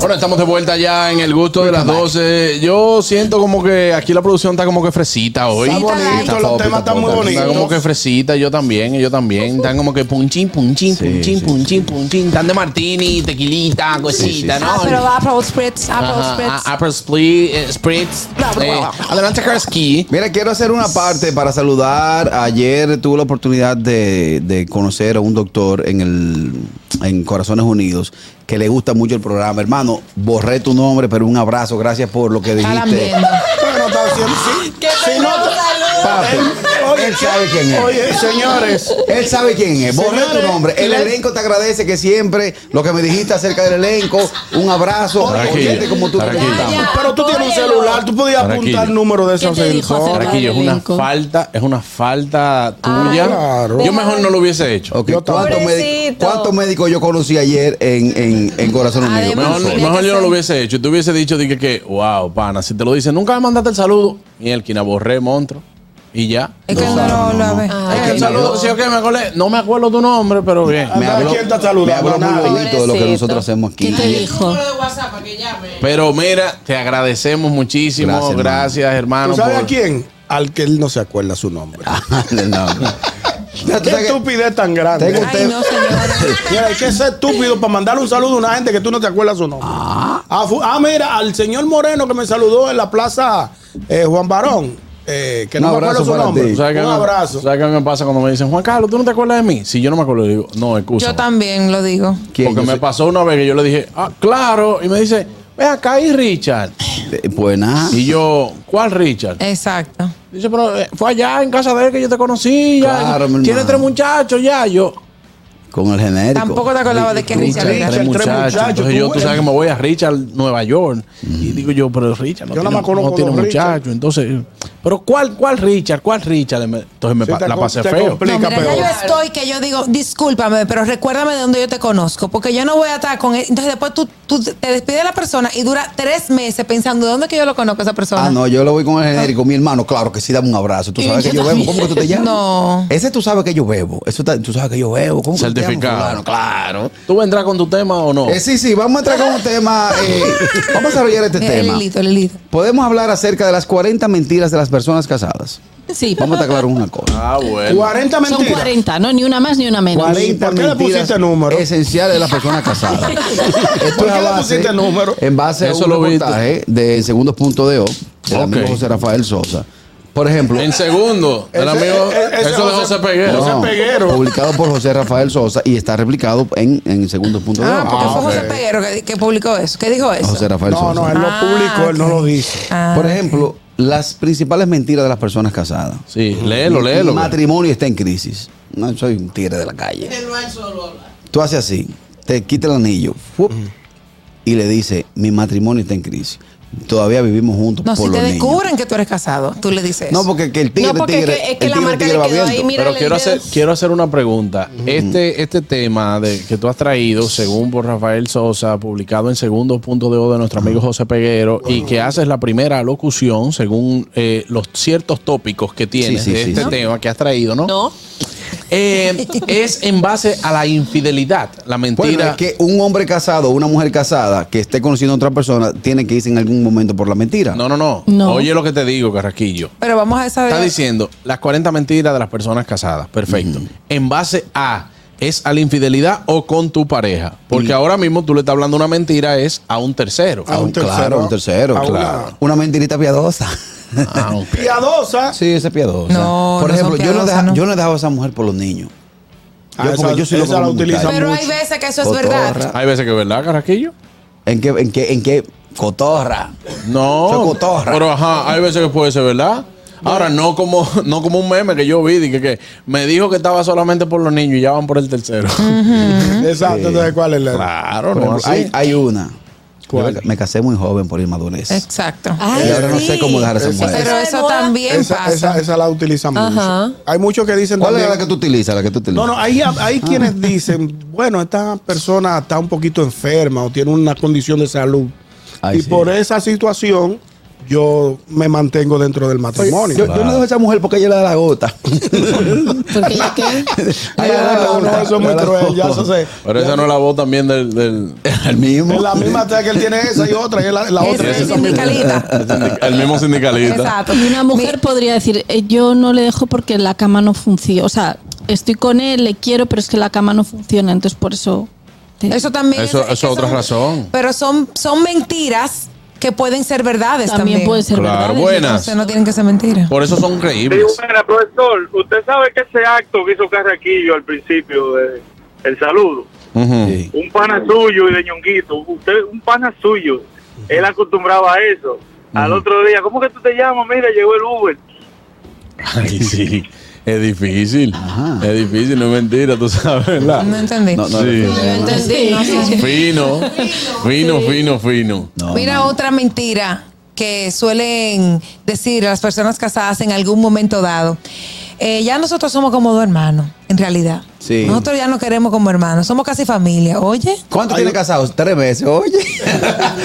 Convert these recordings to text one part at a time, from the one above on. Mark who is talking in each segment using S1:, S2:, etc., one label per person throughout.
S1: Bueno, estamos de vuelta ya en el gusto de las 12. Yo siento como que aquí la producción está como que fresita hoy.
S2: Está bonito, los
S1: pop,
S2: temas están
S1: pop,
S2: muy
S1: Está
S2: bonitos.
S1: como que fresita, yo también, yo también. Están como que punchín, punchín, punchín, punchín, punchín. Están de martini, tequilita, cosita, ¿no?
S3: Ah, pero Apple Spritz, Apple
S1: Ajá, ah,
S3: Spritz.
S1: a- Apple Split, eh, Spritz.
S3: Bla, bla,
S1: Eh,
S3: bla.
S1: Adelante, Karski.
S4: Mira, quiero hacer una parte para saludar. Ayer tuve la oportunidad de, de conocer a un doctor en el en Corazones Unidos que le gusta mucho el programa. Hermano, borré tu nombre, pero un abrazo. Gracias por lo que
S3: Estaban
S4: dijiste.
S3: viendo.
S2: Bueno, está haciendo- sí. Si no te-
S4: Papi, él sabe quién es.
S2: Oye, señores.
S4: Él sabe quién es. Borré
S2: Señores,
S4: tu nombre. El
S2: le-
S4: elenco te agradece que siempre lo que me dijiste acerca del elenco. Un abrazo.
S1: Tranquilo,
S4: Oyente como tú te
S1: tranquilo.
S4: gustamos.
S3: Ya,
S2: Pero tú tienes un
S3: cógelo.
S2: celular, tú podías
S1: Ahora
S2: apuntar
S1: aquí.
S2: el número de esa
S3: ¿Qué te dijo
S2: ascensora.
S3: acerca
S1: Carraquillo, es una
S3: Elenco.
S1: falta, es una falta tuya.
S2: claro.
S1: Yo mejor no lo hubiese hecho.
S4: Ok,
S2: Yo también.
S4: ¿cuántos médicos
S5: Pobrecito.
S4: cuántos médicos yo conocí ayer en, en, en Corazón Unido?
S3: Además,
S1: Mejor,
S3: Tenía que
S1: mejor yo no
S3: ser.
S1: lo hubiese hecho. Tú hubiese dicho de que, que, wow, pana, si te lo dicen, nunca me mandaste el saludo. Y el quien borré, monstruo. Y ya.
S5: Es que no lo lo ve.
S1: Eh,
S4: que
S1: el saludo,
S4: yo-
S1: sí, ok, me acordé. No me acuerdo tu nombre, pero bien.
S2: Me- Anda, ¿quién está saludando?
S4: me habló muy
S2: Nadie.
S4: bonito de lo que
S5: Pobrecito.
S4: nosotros hacemos aquí.
S3: ¿Qué te dijo?
S1: Pero mira, te agradecemos muchísimo.
S4: Gracias,
S1: Gracias, hermano.
S4: hermano.
S2: ¿Tú sabes
S1: por-
S2: a quién? Al que él no se acuerda su nombre.
S4: Ah. El nombre. Ya tú
S2: Qué
S4: sabes que
S2: estupidez tan
S4: tengo
S2: grande.
S4: un
S3: Ay,
S4: tema-
S3: no, señor.
S2: Mira, hay que ser estúpido para mandar un saludo a una gente que tú no te acuerdas su nombre. Ah, fu- ah, mira, al señor Moreno que me saludó en la plaza eh, Juan Barón, eh, que
S4: Un
S2: no me
S4: abrazo
S2: acuerdo su
S4: para
S2: nombre.
S4: ti.
S1: ¿Tú sabes qué
S2: Un
S1: me-
S2: abrazo.
S1: ¿Sabes qué me pasa cuando me dicen, Juan Carlos, ¿tú no te acuerdas de mí? Si yo no me acuerdo, yo digo, no, excusa.
S5: Yo también lo digo.
S4: ¿Quién?
S1: Porque
S4: Yo
S1: me
S4: sé-
S1: pasó una vez que yo le dije, ah, claro. Y me dice, ve acá y Richard.
S4: Eh, Pues nada.
S1: Y yo, ¿cuál Richard?
S5: Exacto.
S1: Dice, pero eh, fue allá en casa de él que yo te conocí. Ya.
S4: Claro, mi
S1: Tiene
S4: hermano.
S1: tres muchachos ya. Yo,
S4: Con el genérico.
S5: Tampoco te acordabas de que Richard
S2: Richard,
S5: era.
S1: tres
S2: tres
S1: muchachos.
S2: muchachos,
S1: Entonces yo,
S2: tú
S1: tú sabes
S2: eres.
S1: que me voy a Richard, Nueva York. Y digo yo, pero Richard no
S2: Yo nada
S1: tiene,
S2: más conozco
S1: no tiene
S2: dos Richard.
S1: muchachos. Entonces, pero ¿cuál, cuál Richard? ¿Cuál Richard? Me- Entonces me
S2: Sí,
S1: pa-
S2: te
S1: la
S2: com-
S1: pasé
S2: te
S1: feo.
S2: complica.
S3: No, mira, ya
S2: peor.
S3: yo estoy-
S5: Estoy que yo digo, discúlpame, pero recuérdame de dónde yo te conozco, porque yo no voy a estar con él. Entonces después tú, tú te despides de la persona y dura tres meses pensando de dónde es que yo lo conozco a esa persona.
S4: Ah, no, yo lo voy con el genérico. Mi hermano, claro que sí, dame un abrazo. Tú
S3: Y
S4: sabes
S3: yo
S4: que yo
S3: también.
S4: bebo. ¿Cómo que tú te llamas?
S5: No.
S4: Ese tú sabes que yo bebo. Eso está- tú sabes que yo bebo. ¿Cómo que tú te llamas,
S1: Certificado.
S4: fulano? Claro.
S1: ¿Tú vendrás con tu tema o no?
S4: Eh, sí, sí, vamos a entrar con un tema. eh, vamos a desarrollar este
S5: Mira,
S4: tema.
S5: Lilito, Lilito.
S4: Podemos hablar acerca de las 40 mentiras de las personas casadas.
S3: Sí.
S4: Vamos a aclarar una cosa.
S1: Ah, bueno.
S2: 40
S3: Son
S2: mentiras.
S3: 40, no, ni una más ni una menos.
S4: 40
S2: ¿Por qué le
S4: mentiras
S2: pusiste número?
S4: esenciales de las personas casadas. Esto
S2: ¿Por
S4: es
S2: qué
S4: a
S2: le
S4: base-
S2: pusiste número?
S4: En base
S1: Eso
S4: a un
S1: lo viste.
S4: reportaje de Segundos Punto de O, del
S1: Ok.
S4: amigo José Rafael Sosa. Por ejemplo,
S1: En segundo, el
S2: Ese-
S1: amigo,
S2: e- ese
S1: eso de
S2: José-
S1: José Peguero.
S2: José
S4: no,
S2: Peguero.
S4: publicado por José Rafael Sosa y está replicado en, en Segundos Punto de O.
S5: Ah, porque
S2: Ah,
S5: fue José
S2: ok.
S5: Peguero que, que publicó eso. ¿Qué dijo eso?
S4: José Rafael
S2: No,
S4: Sosa.
S2: no, él lo
S5: Ah,
S2: publicó, él no lo dice.
S5: Ah.
S4: Por ejemplo, las principales mentiras de las personas casadas.
S1: Sí, léelo, léelo.
S4: El matrimonio está en crisis. No soy un tigre de la calle. Tú haces así, te quita el anillo fup, y le dice, mi matrimonio está en crisis. Todavía vivimos juntos
S5: No,
S4: por
S5: si
S4: los
S5: te
S4: niños".
S5: descubren que tú eres casado, tú le dices
S4: No,
S5: eso.
S4: porque que el tigre,
S6: No, porque es
S4: tigre,
S6: que- es que
S4: el
S6: la
S4: tigre,
S6: marca
S4: tigre
S6: le
S4: va
S6: quedó ahí,
S4: viento.
S6: mira.
S1: Pero
S6: la
S1: quiero
S6: idea
S1: hacer,
S6: es-
S1: quiero hacer una pregunta. Este, este tema de, que tú has traído, según por Rafael Sosa, publicado en segundo punto de O de nuestro amigo José Peguero, y que haces la primera locución según eh, los ciertos tópicos que tienes
S4: Sí, sí,
S1: de
S4: sí,
S1: este
S4: sí.
S1: tema que has traído, ¿no?
S6: No,
S1: Eh, es en base a la infidelidad, la mentira.
S4: Bueno, es que un hombre casado o una mujer casada que esté conociendo a otra persona tiene que irse en algún momento por la mentira.
S1: No, no, no,
S3: No.
S1: Oye lo que te digo, Carraquillo.
S5: Pero vamos a saber.
S1: Está diciendo las 40 mentiras de las personas casadas. Perfecto. En base a es a la infidelidad o con tu pareja. Porque ahora mismo tú le estás hablando una mentira es a un tercero.
S2: A
S4: Ah,
S2: un
S4: Claro,
S2: tercero.
S4: un tercero,
S2: A una-
S4: claro. Una mentirita piadosa.
S1: Ah, ok.
S2: Piadosa.
S4: Sí, esa es piadosa.
S5: No,
S4: por
S5: no
S4: ejemplo,
S5: son
S4: yo, no
S5: piadosas,
S4: deja-
S5: ¿no?
S4: yo no he dejado a esa mujer por los niños.
S2: Ah,
S4: Yo, porque
S2: esa-
S4: yo soy loco
S2: esa la
S4: con los
S2: utilizan
S4: muchachos.
S5: Pero hay
S2: mucho.
S5: veces que eso es
S4: Cotorra.
S5: verdad.
S1: Hay veces que es verdad, Carraquillo.
S4: ¿En qué, en qué, en qué cotorra? Soy
S1: No.
S4: cotorra.
S1: Pero ajá, hay veces que puede ser verdad. Ahora, no como, no como un meme que yo vi, de que, que me dijo que estaba solamente por los niños y ya van por el tercero.
S2: Exacto, entonces, ¿cuál es la?
S1: Claro,
S4: Por
S1: no.
S4: ejemplo,
S1: así.
S4: hay, hay una.
S2: ¿Cuál?
S4: Yo Me, me casé muy joven por inmadurez.
S5: Exacto.
S4: y ahora no sé cómo dejar a esa
S2: Esa-
S4: mujer.
S5: Ah, Pero
S6: Esa de
S5: eso
S6: moda.
S5: también
S2: Esa,
S5: pasa.
S2: esa, esa la utilizan
S6: Ajá.
S2: mucho. Hay muchos que dicen
S4: ¿Cuál es
S2: también-
S4: la que tú utilizas? La que tú utilizas? Ah.
S2: No, no, hay, hay quienes dicen, bueno, esta persona está un poquito enferma o tiene una condición de salud.
S4: Ay,
S2: y
S4: sí.
S2: por esa situación, yo me mantengo dentro del
S4: Oye,
S2: matrimonio.
S4: yo, yo no dejo a esa mujer porque ella le da la gota.
S3: Porque ya que
S4: Ah,
S2: Ay,
S4: ya,
S2: no, no,
S4: ya,
S2: eso es muy
S4: ya,
S2: cruel. Ya
S4: ya.
S2: eso se.
S1: Pero esa no es la voz también del. del
S4: El mismo.
S2: Es la misma tarea que él tiene esa y otra, y es la, la
S5: Ese
S2: otra
S5: es
S2: es esa misma.
S5: sindicalista.
S1: el mismo sindicalista.
S5: Exacto.
S3: Y una mujer podría decir, eh, yo no le dejo porque la cama no funciona. O sea, estoy con él, le quiero, pero es que la cama no funciona, entonces por eso... te-
S5: Mi- Eso también.
S1: Eso-
S5: que
S1: eso otra razón.
S5: Pero son, son mentiras que pueden ser verdades también.
S3: también puede ser
S1: Claro,
S3: verdad.
S1: buena.
S5: Entonces no tienen que ser mentiras.
S1: Por eso son
S6: Sí,
S1: creíbles.
S6: bueno, profesor, usted sabe que ese acto que hizo Carraquillo al principio, de, el saludo,
S1: Ujú.
S4: Sí.
S6: un pana suyo y de ñonguito, usted, un pana suyo, él acostumbraba a eso. Al otro día, ¿cómo que tú te llamas? Mira, llegó el Uber.
S1: Ay, sí. Es difícil.
S4: Ajá.
S1: Es difícil, no es mentira, tú sabes, ¿verdad?
S5: No entendí.
S4: No, no,
S1: Sí.
S4: no, no, no.
S3: Sí, no sé.
S1: Fino, fino, fino, fino.
S4: No,
S5: Mira
S4: no.
S5: otra mentira que suelen decir las personas casadas en algún momento dado. Eh, ya nosotros somos como dos hermanos, en realidad.
S4: Sí.
S5: Nosotros ya no queremos como hermanos, somos casi familia. Oye,
S4: ¿Cuánto
S2: Hay-
S4: tiene casados? Tres meses. Oye.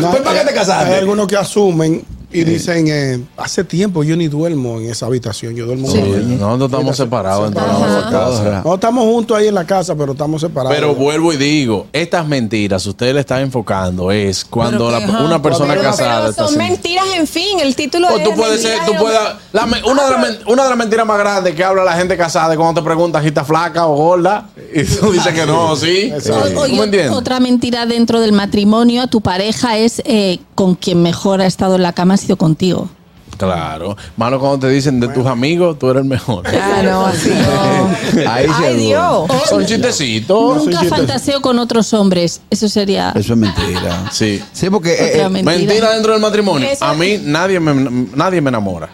S2: No,
S4: ¿Pues para qué te casaste?
S2: Hay algunos que asumen y dicen, eh, hace tiempo yo ni duermo en esa habitación, yo duermo
S1: Sí.
S2: con ella".
S1: Nosotros estamos separados, entramos
S5: Ajá.
S1: a la casa.
S2: No estamos juntos ahí en la casa, pero estamos separados.
S1: Pero vuelvo y digo, estas mentiras, usted le está enfocando, es cuando
S5: Pero
S1: la-
S5: que, ajá.
S1: una persona
S7: Pero,
S1: casada
S7: pero
S1: está
S7: son
S1: haciendo-
S7: mentiras, en fin, el título
S1: O
S7: es
S1: tú puedes ser,
S7: mentiras
S1: tú
S7: de
S1: puedes,
S7: hombre.
S1: la me- una, de las men- una de las mentiras más grandes que habla la gente casada es cuando te preguntan si estás flaca o gorda y tú dices que no, sí.
S2: Exacto.
S1: ¿Tú
S3: O- o-
S1: me entiendes?
S3: otra mentira dentro del matrimonio a tu pareja es eh, con quien mejor ha estado en la cama ha sido contigo.
S1: Claro. Malo cuando te dicen de tus amigos, tú eres el mejor.
S5: ah, no, así no.
S4: Eh, Ahí se
S5: Ay, Dios.
S1: Son chistecitos.
S3: Nunca
S2: sí, sí,
S3: fantaseo con otros hombres. Eso sería
S4: Eso es mentira.
S1: Sí.
S4: Sí, porque. eh,
S3: otra
S4: eh,
S3: mentira.
S1: Mentira dentro del matrimonio.
S7: Eso-
S1: A mí nadie me, nadie me enamora.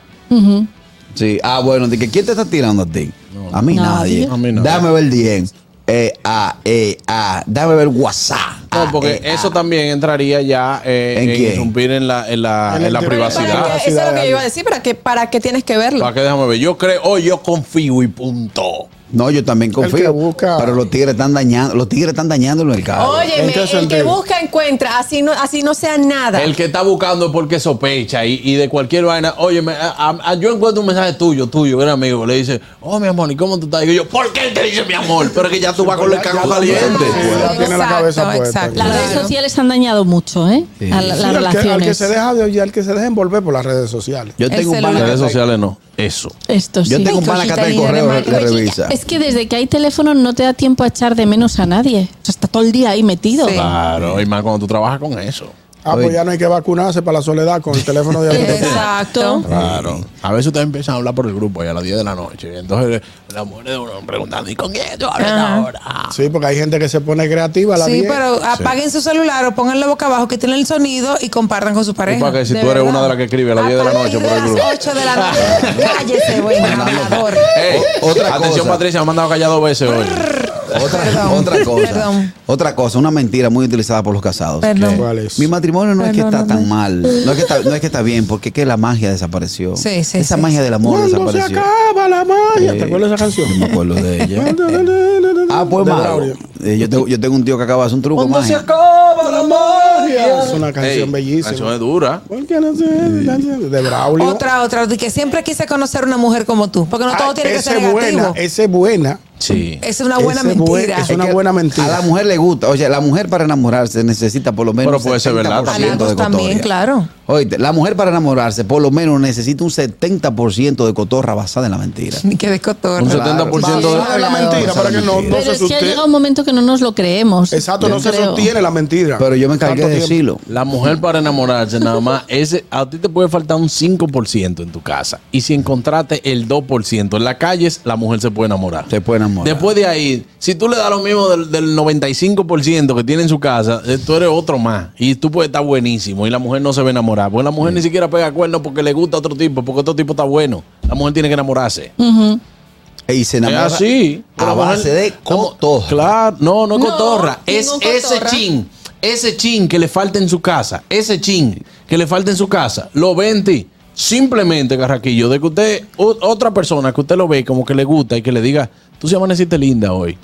S4: sí. Ah, bueno, de que ¿quién te está tirando a ti? A mí nadie.
S3: Nadie.
S1: A mí nadie.
S4: Dame ver el DM. Eh, ah, eh, ah. Dame ver WhatsApp.
S1: No,
S4: Ah,
S1: porque
S4: eh, ah.
S1: eso también entraría ya eh,
S4: ¿En
S1: en,
S4: quién?
S1: irrumpir en la, en la,
S2: En
S1: en
S2: el
S1: la
S2: tema.
S1: privacidad.
S7: ¿Para qué? Eso es lo que yo iba a decir, ¿para qué, para qué tienes que verlo?
S1: ¿Para qué déjame ver? Yo creo, oh, yo confío y punto.
S4: No, yo también
S2: que
S4: confío.
S2: busca-
S4: Pero los tigres están dañando, los tigres están dañando el
S1: Ah,
S2: ¿En
S4: mercado.
S7: Óyeme,
S2: qué
S7: el que
S2: sentido?
S7: busca encuentra, así no, así no sea nada.
S1: El que está buscando es porque sospecha y, y de cualquier vaina. Oye, me- a- a- a- yo encuentro un mensaje tuyo, tuyo, un amigo. Le dice, oh, mi amor, ¿y cómo tú estás? Y yo, ¿por qué él te dice mi amor? Pero es que ya tú vas con el cago caliente.
S2: Sí, ya tiene la
S5: Exacto,
S2: cabeza puesta.
S5: exacto.
S3: Las
S5: Claro.
S3: redes sociales han dañoñado mucho, ¿eh? A la-
S2: Sí, al,
S3: las
S2: que, al que
S3: relaciones.
S2: se deja de oír, al que se deja envolver por las redes sociales.
S4: Yo
S5: El
S4: tengo un pana
S5: celular.
S4: que
S1: redes sociales no. Eso.
S3: Esto
S4: Yo
S3: sí.
S4: tengo un pana que hasta el
S5: cosita
S4: correo
S5: linda
S4: le
S5: de
S4: le revisa.
S3: Es que desde que hay teléfono no te da tiempo a echar de menos a nadie. O sea, está todo el día ahí metido.
S5: Sí.
S1: Claro, y más cuando tú trabajas con eso.
S2: Ah, pues ya no hay que vacunarse para la soledad con el teléfono de
S5: Exacto.
S1: Claro. A veces ustedes empiezan a hablar por el grupo ya a las 10 de la noche. Y entonces eh, la mujer de uno preguntando, ¿y con quién tú hablas
S5: Ajá.
S1: ahora?
S2: Sí, porque hay gente que se pone creativa a la
S5: Sí,
S2: 10.
S5: pero apaguen su celular o pónganlo boca abajo que tiene el sonido y compartan con su pareja.
S1: para que si tú eres una de las que escribe a las 10 de la noche por el
S5: A
S1: grupo. Eh,
S5: las 8 de la noche. Cállese, buen hablador.
S1: Ey,
S4: O- otra
S1: Oh, atención,
S4: cosa.
S1: Patricia, me han mandado callado dos veces hoy.
S4: Otra,
S5: Perdón.
S4: otra cosa.
S5: Perdón.
S4: Otra cosa, una mentira muy utilizada por los casados.
S5: Perdón.
S2: ¿Cuál es?
S4: Mi matrimonio no es que está
S5: Perdóname.
S4: tan mal, no es que está, no es que está bien, porque es que la magia desapareció.
S5: Sí, sí,
S4: Esa
S5: sí,
S4: magia del amor
S2: Cuando se
S4: desapareció.
S2: acaba la magia.
S4: Eh,
S2: ¿Te acuerdas de esa canción?
S4: Yo me acuerdo de ella.
S2: Cuando-
S4: ah, pues
S2: de
S4: malo.
S2: Braulio.
S4: Eh, yo, tengo, yo tengo un tío que acaba de hacer un truco magia.
S2: Es
S1: Ey,
S2: una canción
S1: Canción
S2: bellísima.
S1: es dura.
S2: ¿Por qué Pues no se- De Braulio.
S5: Otra, otra, de que siempre quise conocer una mujer como tú, porque
S1: Ah,
S5: no todo
S2: Ay,
S5: tiene que ser
S2: Ah, esa es
S5: negativo.
S1: Eh,
S2: buena, esa es buena.
S1: Sí.
S5: es una buena
S2: esa es bu-
S5: mentira.
S2: es una
S4: que
S2: buena mentira.
S4: A la mujer le gusta, o sea, la mujer para enamorarse necesita por lo menos
S1: Pero puede ser verdad
S4: 70%
S5: también.
S4: de
S5: Halagos también,
S4: cotorra.
S5: claro.
S4: Oíste, la mujer para enamorarse por lo menos necesita un 70% de cotorra basada en la mentira.
S5: Ni que de cotorra.
S1: Un
S7: Pues
S1: 70% de-
S2: Basada en la mentira, para que no, no
S3: Pero
S2: se
S3: es que
S2: sostiene.
S3: llega un momento que no nos lo creemos.
S2: Exacto, no
S3: Yo
S2: se
S3: creo.
S2: sostiene la mentira.
S4: Pero yo me encargué
S2: Tanto
S4: de
S2: tiempo.
S4: decirlo.
S1: La mujer para enamorarse, nada más, ese, a ti te puede faltar un 5% en tu casa. Y si encontraste el 2% en la calle, la mujer se puede enamorar.
S4: Se puede enamorar.
S1: Después de ahí, si tú le das lo mismo del, del 95% que tiene en su casa, eh, tú eres otro más. Y tú puedes estar buenísimo. Y la mujer no se va a enamorar. Porque la mujer ni siquiera pega cuernos porque le gusta otro tipo, porque otro tipo está bueno. La mujer tiene que enamorarse.
S4: Y se
S1: Es
S4: enamora
S1: así.
S4: a
S1: La
S4: base
S1: mujer-
S4: de
S1: la mu-
S4: cotorra.
S1: Claro, no, no cotorra. Es
S7: ningún
S1: ese
S7: cotorra.
S1: chin. Ese chin que le falta en su casa. Ese chin que le falta en su casa. Lo ve en ti. Simplemente, Carraquillo, de que usted, o- otra persona que usted lo ve como que le gusta y que le diga, tú se amaneciste linda hoy.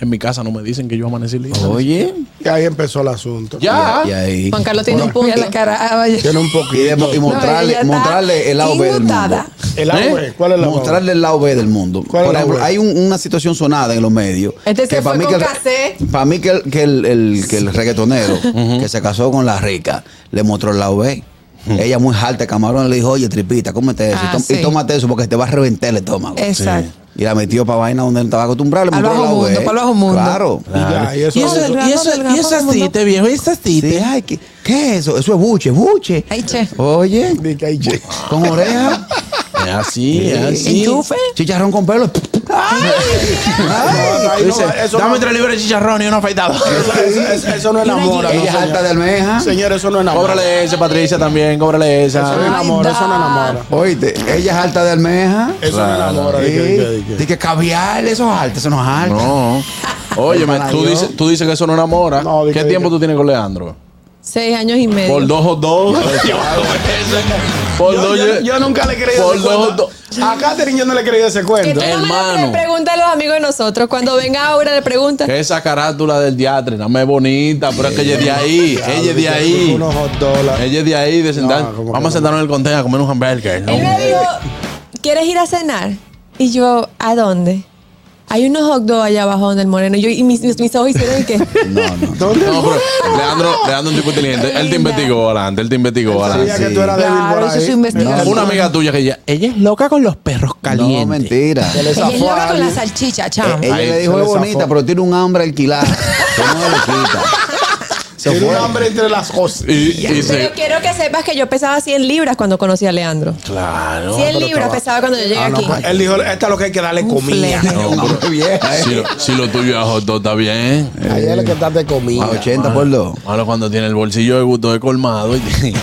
S1: En mi casa no me dicen que yo amanecí listo.
S4: Oye.
S2: Y ahí empezó el asunto.
S1: Ya.
S4: Y ahí.
S7: Juan Carlos tiene un punto.
S5: Mira la cara. ay,
S2: Tiene un
S4: Y, de-
S2: poquito.
S4: y mostrarle,
S7: ah, ella está
S4: mostrarle el lado B del mundo.
S7: inmutada.
S2: El agua,
S1: ¿Eh?
S2: ¿cuál es la
S4: Mostrarle el lado B del mundo.
S2: ¿Cuál es
S4: Por
S2: la
S4: ejemplo,
S2: B?
S4: hay un- una situación sonada en los medios.
S7: Este se fue con Cassé.
S4: Para mí que el, que el, el- que el reggaetonero que se casó con la rica le mostró el lado B. Ella muy alta, camarón, le dijo, oye, tripita, cómete eso y
S5: Ah,
S4: tom- y
S5: sí.
S4: tómate eso porque te va a reventar el estómago.
S5: Exacto.
S4: Y la metió para vaina donde él estaba acostumbrado. le
S5: Al
S4: mostró el
S5: bajo
S4: lado B.
S5: mundo, pa'l bajo mundo.
S4: Claro.
S2: Y ya, y eso,
S5: Y eso-
S2: eso-
S5: y eso- y eso es tite,
S1: viejo, eso es
S4: Sí, ay, ¿qué, qué es eso? Eso es buche, buche.
S5: Ay, che.
S4: Oye,
S2: Di que ahí, che.
S4: con oreja.
S1: Es así, es
S4: Sí.
S1: así.
S4: Chicharrón con pelo.
S2: No, ahí no
S1: Dice,
S2: va, eso
S1: Dame
S2: no-
S1: tres libras de chicharrón y uno afeitado.
S2: eso- eso- eso- eso no enamora.
S4: Ella es
S2: no,
S4: alta de
S2: señor.
S4: almeja.
S2: Señor, eso no enamora.
S1: Cóbrale esa, Patricia, también. Cóbrale
S2: Eso no
S1: esa.
S2: enamora, eso no enamora.
S4: Oíste, ella es alta de almeja.
S2: Eso no enamora. di que- di que- di que-
S4: Dice que caviar, eso es alta, eso no es alta.
S1: No. Oye, tú
S4: Maravilloso.
S1: dices, tú dices que eso no enamora.
S2: No, di
S1: ¿Qué
S2: que-
S1: tiempo
S2: di que-
S1: tú tienes con Leandro?
S7: Seis años y medio.
S1: Por dos o dos. Por
S2: Yo,
S1: dos.
S2: yo-
S1: yo-
S2: yo nunca le creí
S1: por
S2: ese cuento.
S1: dos-
S2: A Katherine yo no le creí ese
S7: Que tú
S2: cuento.
S7: no me lo
S1: Hermano.
S7: crees, pregunta a los amigos de nosotros. Cuando venga ahora le pregunta.
S1: Que esa carátula del diatre, nada más es bonita, pero es que ella es de ahí, ella es de ahí.
S2: Unos hot dólares.
S1: Ella es de ahí, de sentar.
S2: No, ¿cómo que
S1: Vamos a
S2: no?
S1: sentarnos en el contenedor a comer un hamburger. ¿no?
S7: Él me dijo, ¿quieres ir a cenar? Y yo, ¿a dónde? Hay unos hot dogs allá abajo donde el moreno. Y, yo, y mis, mis- mis ojos hicieron que.
S4: No, no.
S2: ¿Dónde?
S1: No, pero Leandro, Leandro es un tipo inteligente. Él te investigó adelante, él te investigó adelante.
S2: Sabía que tú eras
S5: Claro,
S2: débil por
S5: eso
S2: ahí.
S5: es investigación.
S1: Una amiga tuya que ella, ella es loca con los perros calientes.
S4: No, mentira.
S2: Que le
S5: Ella es
S2: zafó a
S5: loca con
S2: alguien.
S5: la salchicha,
S4: Eh,
S5: chamo.
S4: ella
S1: Ahí
S4: le
S2: se
S4: dijo,
S2: le
S4: es bonita,
S2: zafó".
S4: pero tiene un hambre alquilada. que no le quita. Se
S2: Tiene un
S4: fue.
S2: hambre entre las cosas.
S1: Y, y
S7: Pero
S1: se-
S7: quiero que sepas que yo pesaba 100 libras cuando conocí a Leandro.
S1: claro.
S7: 100 libras pesaba cuando yo llegué
S4: Ah, no,
S7: aquí.
S4: pues,
S2: Él dijo, esta es lo que hay que darle comida.
S4: No, pero vieja, eh.
S1: Si, lo- si lo tuyo es hot dog, está bien.
S2: Ayer le que estás de comida.
S4: A 80 por dos.
S1: Ahora cuando tiene el bolsillo de gusto de colmado y,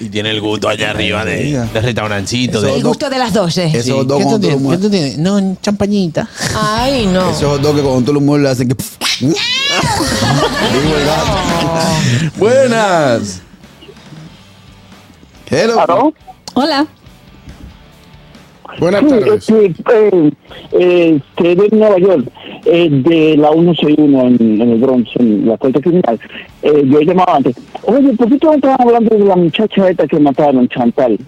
S1: y tiene el gusto allá arriba de, de restaurancito. de-
S5: El gusto de las 12.
S4: Esos dos cuando tú lo mueves-
S1: No, champañita.
S7: Ay, no.
S4: esos dos que cuando tú lo mueves le hacen que. Digo el gato.
S1: Buenas.
S4: Hello.
S3: Hola.
S2: Buenas
S8: Sí,
S2: tardes.
S8: este, eh, eh, que de Nueva York, eh, de la 161 en, en el Bronx, en la Corte Criminal. Eh, yo llamaba antes, oye, ¿por qué todos estaban hablando de la muchacha esta que mataron, Chantal?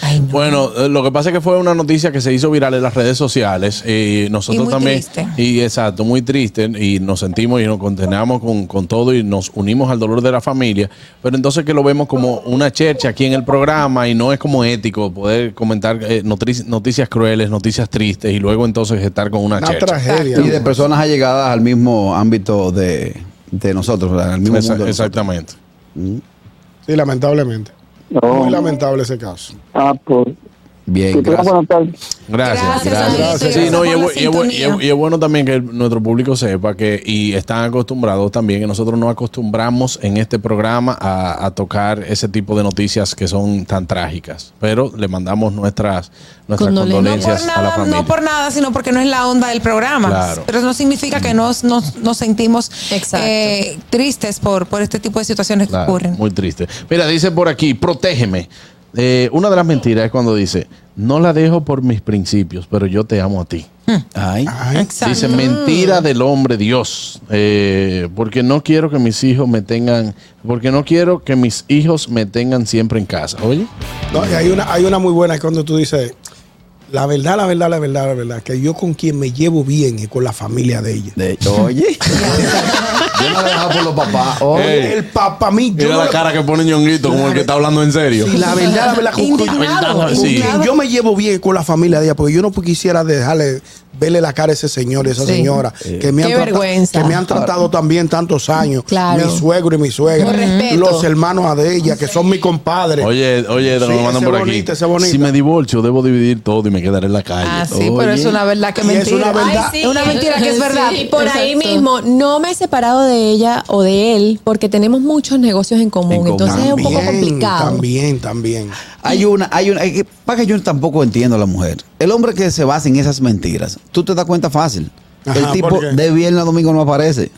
S5: Ay, no.
S1: Bueno, eh, lo que pasa es que fue una noticia que se hizo viral en las redes sociales y nosotros
S5: Y muy
S1: también.
S5: triste.
S1: Y exacto, muy triste. Y nos sentimos y nos condenamos con, con todo y nos unimos al dolor de la familia. Pero entonces que lo vemos como una chercha aquí en el programa y no es como ético poder comentar eh, notri- noticias crueles, noticias tristes y luego entonces estar con una,
S2: Una
S1: chercha.
S2: tragedia.
S4: Y de personas allegadas al mismo ámbito de, de nosotros, ¿verdad? Al mismo
S1: Esa-
S4: mundo de nosotros.
S1: exactamente.
S2: Sí, lamentablemente.
S8: No.
S2: Muy lamentable ese caso.
S8: Ah, pues,
S4: Bien,
S8: que tenga
S4: gracias.
S8: buena tarde.
S1: Gracias,
S5: Gracias,
S1: gracias.
S5: amiguito, y
S1: Sí,
S5: gracias
S1: no, y,
S5: por
S1: es,
S5: la
S1: bu- y es bu- y es-
S5: sintonía.
S1: y es bueno también que el- nuestro público sepa que, y están acostumbrados también, que nosotros nos acostumbramos en este programa a, a tocar ese tipo de noticias que son tan trágicas. Pero le mandamos nuestras, nuestras
S3: Condolencias.
S5: No por,
S1: condolencias a la
S5: nada,
S1: familia.
S5: no por nada, sino porque no es la onda del programa.
S1: Claro.
S5: Pero no significa que nos, nos, nos sentimos
S7: Exacto.
S5: eh, tristes por, por este tipo de situaciones
S1: Claro,
S5: que ocurren.
S1: Muy triste. Mira, dice por aquí, protégeme. Eh, una de las mentiras es cuando dice, no la dejo por mis principios, pero yo te amo a ti.
S4: Ay.
S5: Exacto.
S1: Dice mentira del hombre Dios, eh, porque no quiero que mis hijos me tengan, porque no quiero que mis hijos me tengan siempre en casa. Oye,
S2: No, y hay, una, hay una muy buena que cuando tú dices, la verdad, la verdad, la verdad, la verdad, que yo con quien me llevo bien es con la familia de ella.
S4: De hecho, oye. yo no la dejaba por los papás. Oye.
S1: Ey.
S2: El papá mío. yo
S1: mira
S2: no
S1: la
S2: le-
S1: cara que pone ñonguito como el que está hablando en serio.
S2: Sí, la verdad, la verdad, con- con-
S1: Indignado,
S2: con
S1: sí.
S2: quien yo me llevo bien con la familia de ella, porque yo no quisiera dejarle verle la cara a ese señor y esa
S5: Sí.
S2: señora que me, han
S7: Qué
S2: trata-
S7: vergüenza.
S2: que me han tratado también tantos años.
S7: Claro.
S2: Mi suegro y mi suegra.
S7: Con respeto.
S2: Los hermanos de ella, que son mis compadres.
S1: Oye, oye,
S2: Sí,
S1: lo mandan
S2: ese
S1: por aquí.
S2: bonito, ese bonito.
S1: Si me divorcio, debo dividir todo y me quedaré en la calle.
S5: Ah, sí, pero es una verdad que
S2: Y es
S5: mentira.
S2: una verdad.
S5: Ay, sí, es una mentira que es
S7: Sí,
S5: verdad.
S7: Y por ahí
S3: Exacto.
S7: mismo, no me he separado de ella o de él porque tenemos muchos negocios en común.
S4: En
S7: entonces es un poco
S2: También,
S7: complicado.
S2: Ah, También, también.
S4: Hay una, hay una, hay que- para que yo tampoco entiendo a la mujer. El hombre que se basa en esas mentiras, tú te das cuenta fácil.
S2: Ajá,
S4: el tipo
S2: ¿por qué?
S4: de viernes a domingo no aparece.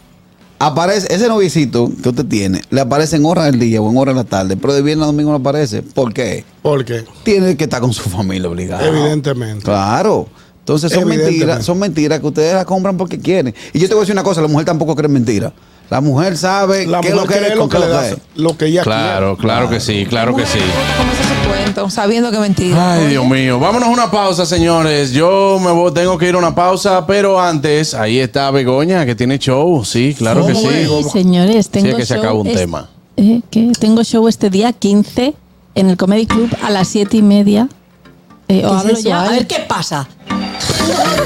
S4: Aparece, ese noviecito que usted tiene, le aparece en horas del día o en horas de la tarde, pero de viernes a domingo no aparece. ¿Por qué?
S2: Porque,
S4: Tiene que estar con su familia obligado.
S2: evidentemente.
S4: Claro. Entonces son
S2: Evidentemente.
S4: mentiras, son mentiras que ustedes las compran porque quieren. Y yo te voy a decir una cosa, la mujer tampoco cree en mentiras. La mujer sabe
S2: La mujer
S4: qué es lo que
S2: cree
S4: es,
S2: lo
S4: con
S2: que
S4: qué
S2: le
S4: lo
S2: da,
S4: que es.
S2: lo que ella
S1: Claro, claro que sí, claro que sí.
S5: ¿Cómo se su cuento? Sabiendo que mentira.
S1: Ay, Dios mío. Vámonos a una pausa, señores. Yo me voy, tengo que ir a una pausa, pero antes, ahí está Begoña, que tiene show. Sí, claro que sí.
S3: Sí, señores, tengo
S1: es que se
S3: show
S1: acaba un
S3: es-
S1: tema.
S3: eh, que tengo show este día 15 en el Comedy Club a las 7 y media. Eh, o
S7: ¿Qué es
S3: hablo
S7: eso,
S3: ya. A
S7: Ale?
S3: ver qué pasa.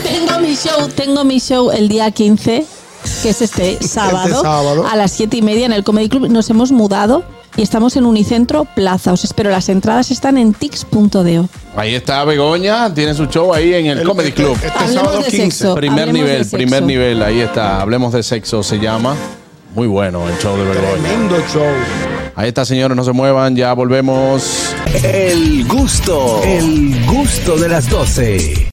S3: tengo mi show, tengo mi show el día 15, que es este sábado,
S2: sábado.
S3: a las 7 y media en el Comedy Club. Nos hemos mudado y estamos en Unicentro Plaza. Os espero. Las entradas están en tix.deo.
S1: Ahí está Begoña, tiene su show ahí en el,
S2: El-
S1: Comedy Club.
S2: Este sábado
S3: Hablemos de
S2: 15.
S3: sexo.
S1: primer
S3: hablemos de
S1: nivel,
S3: sexo.
S1: primer nivel, ahí está. Hablemos de sexo, se llama. Muy bueno el show de Begoña.
S2: Tremendo show.
S1: Ahí está, señores, no se muevan, ya volvemos.
S9: El gusto, el gusto de las 12.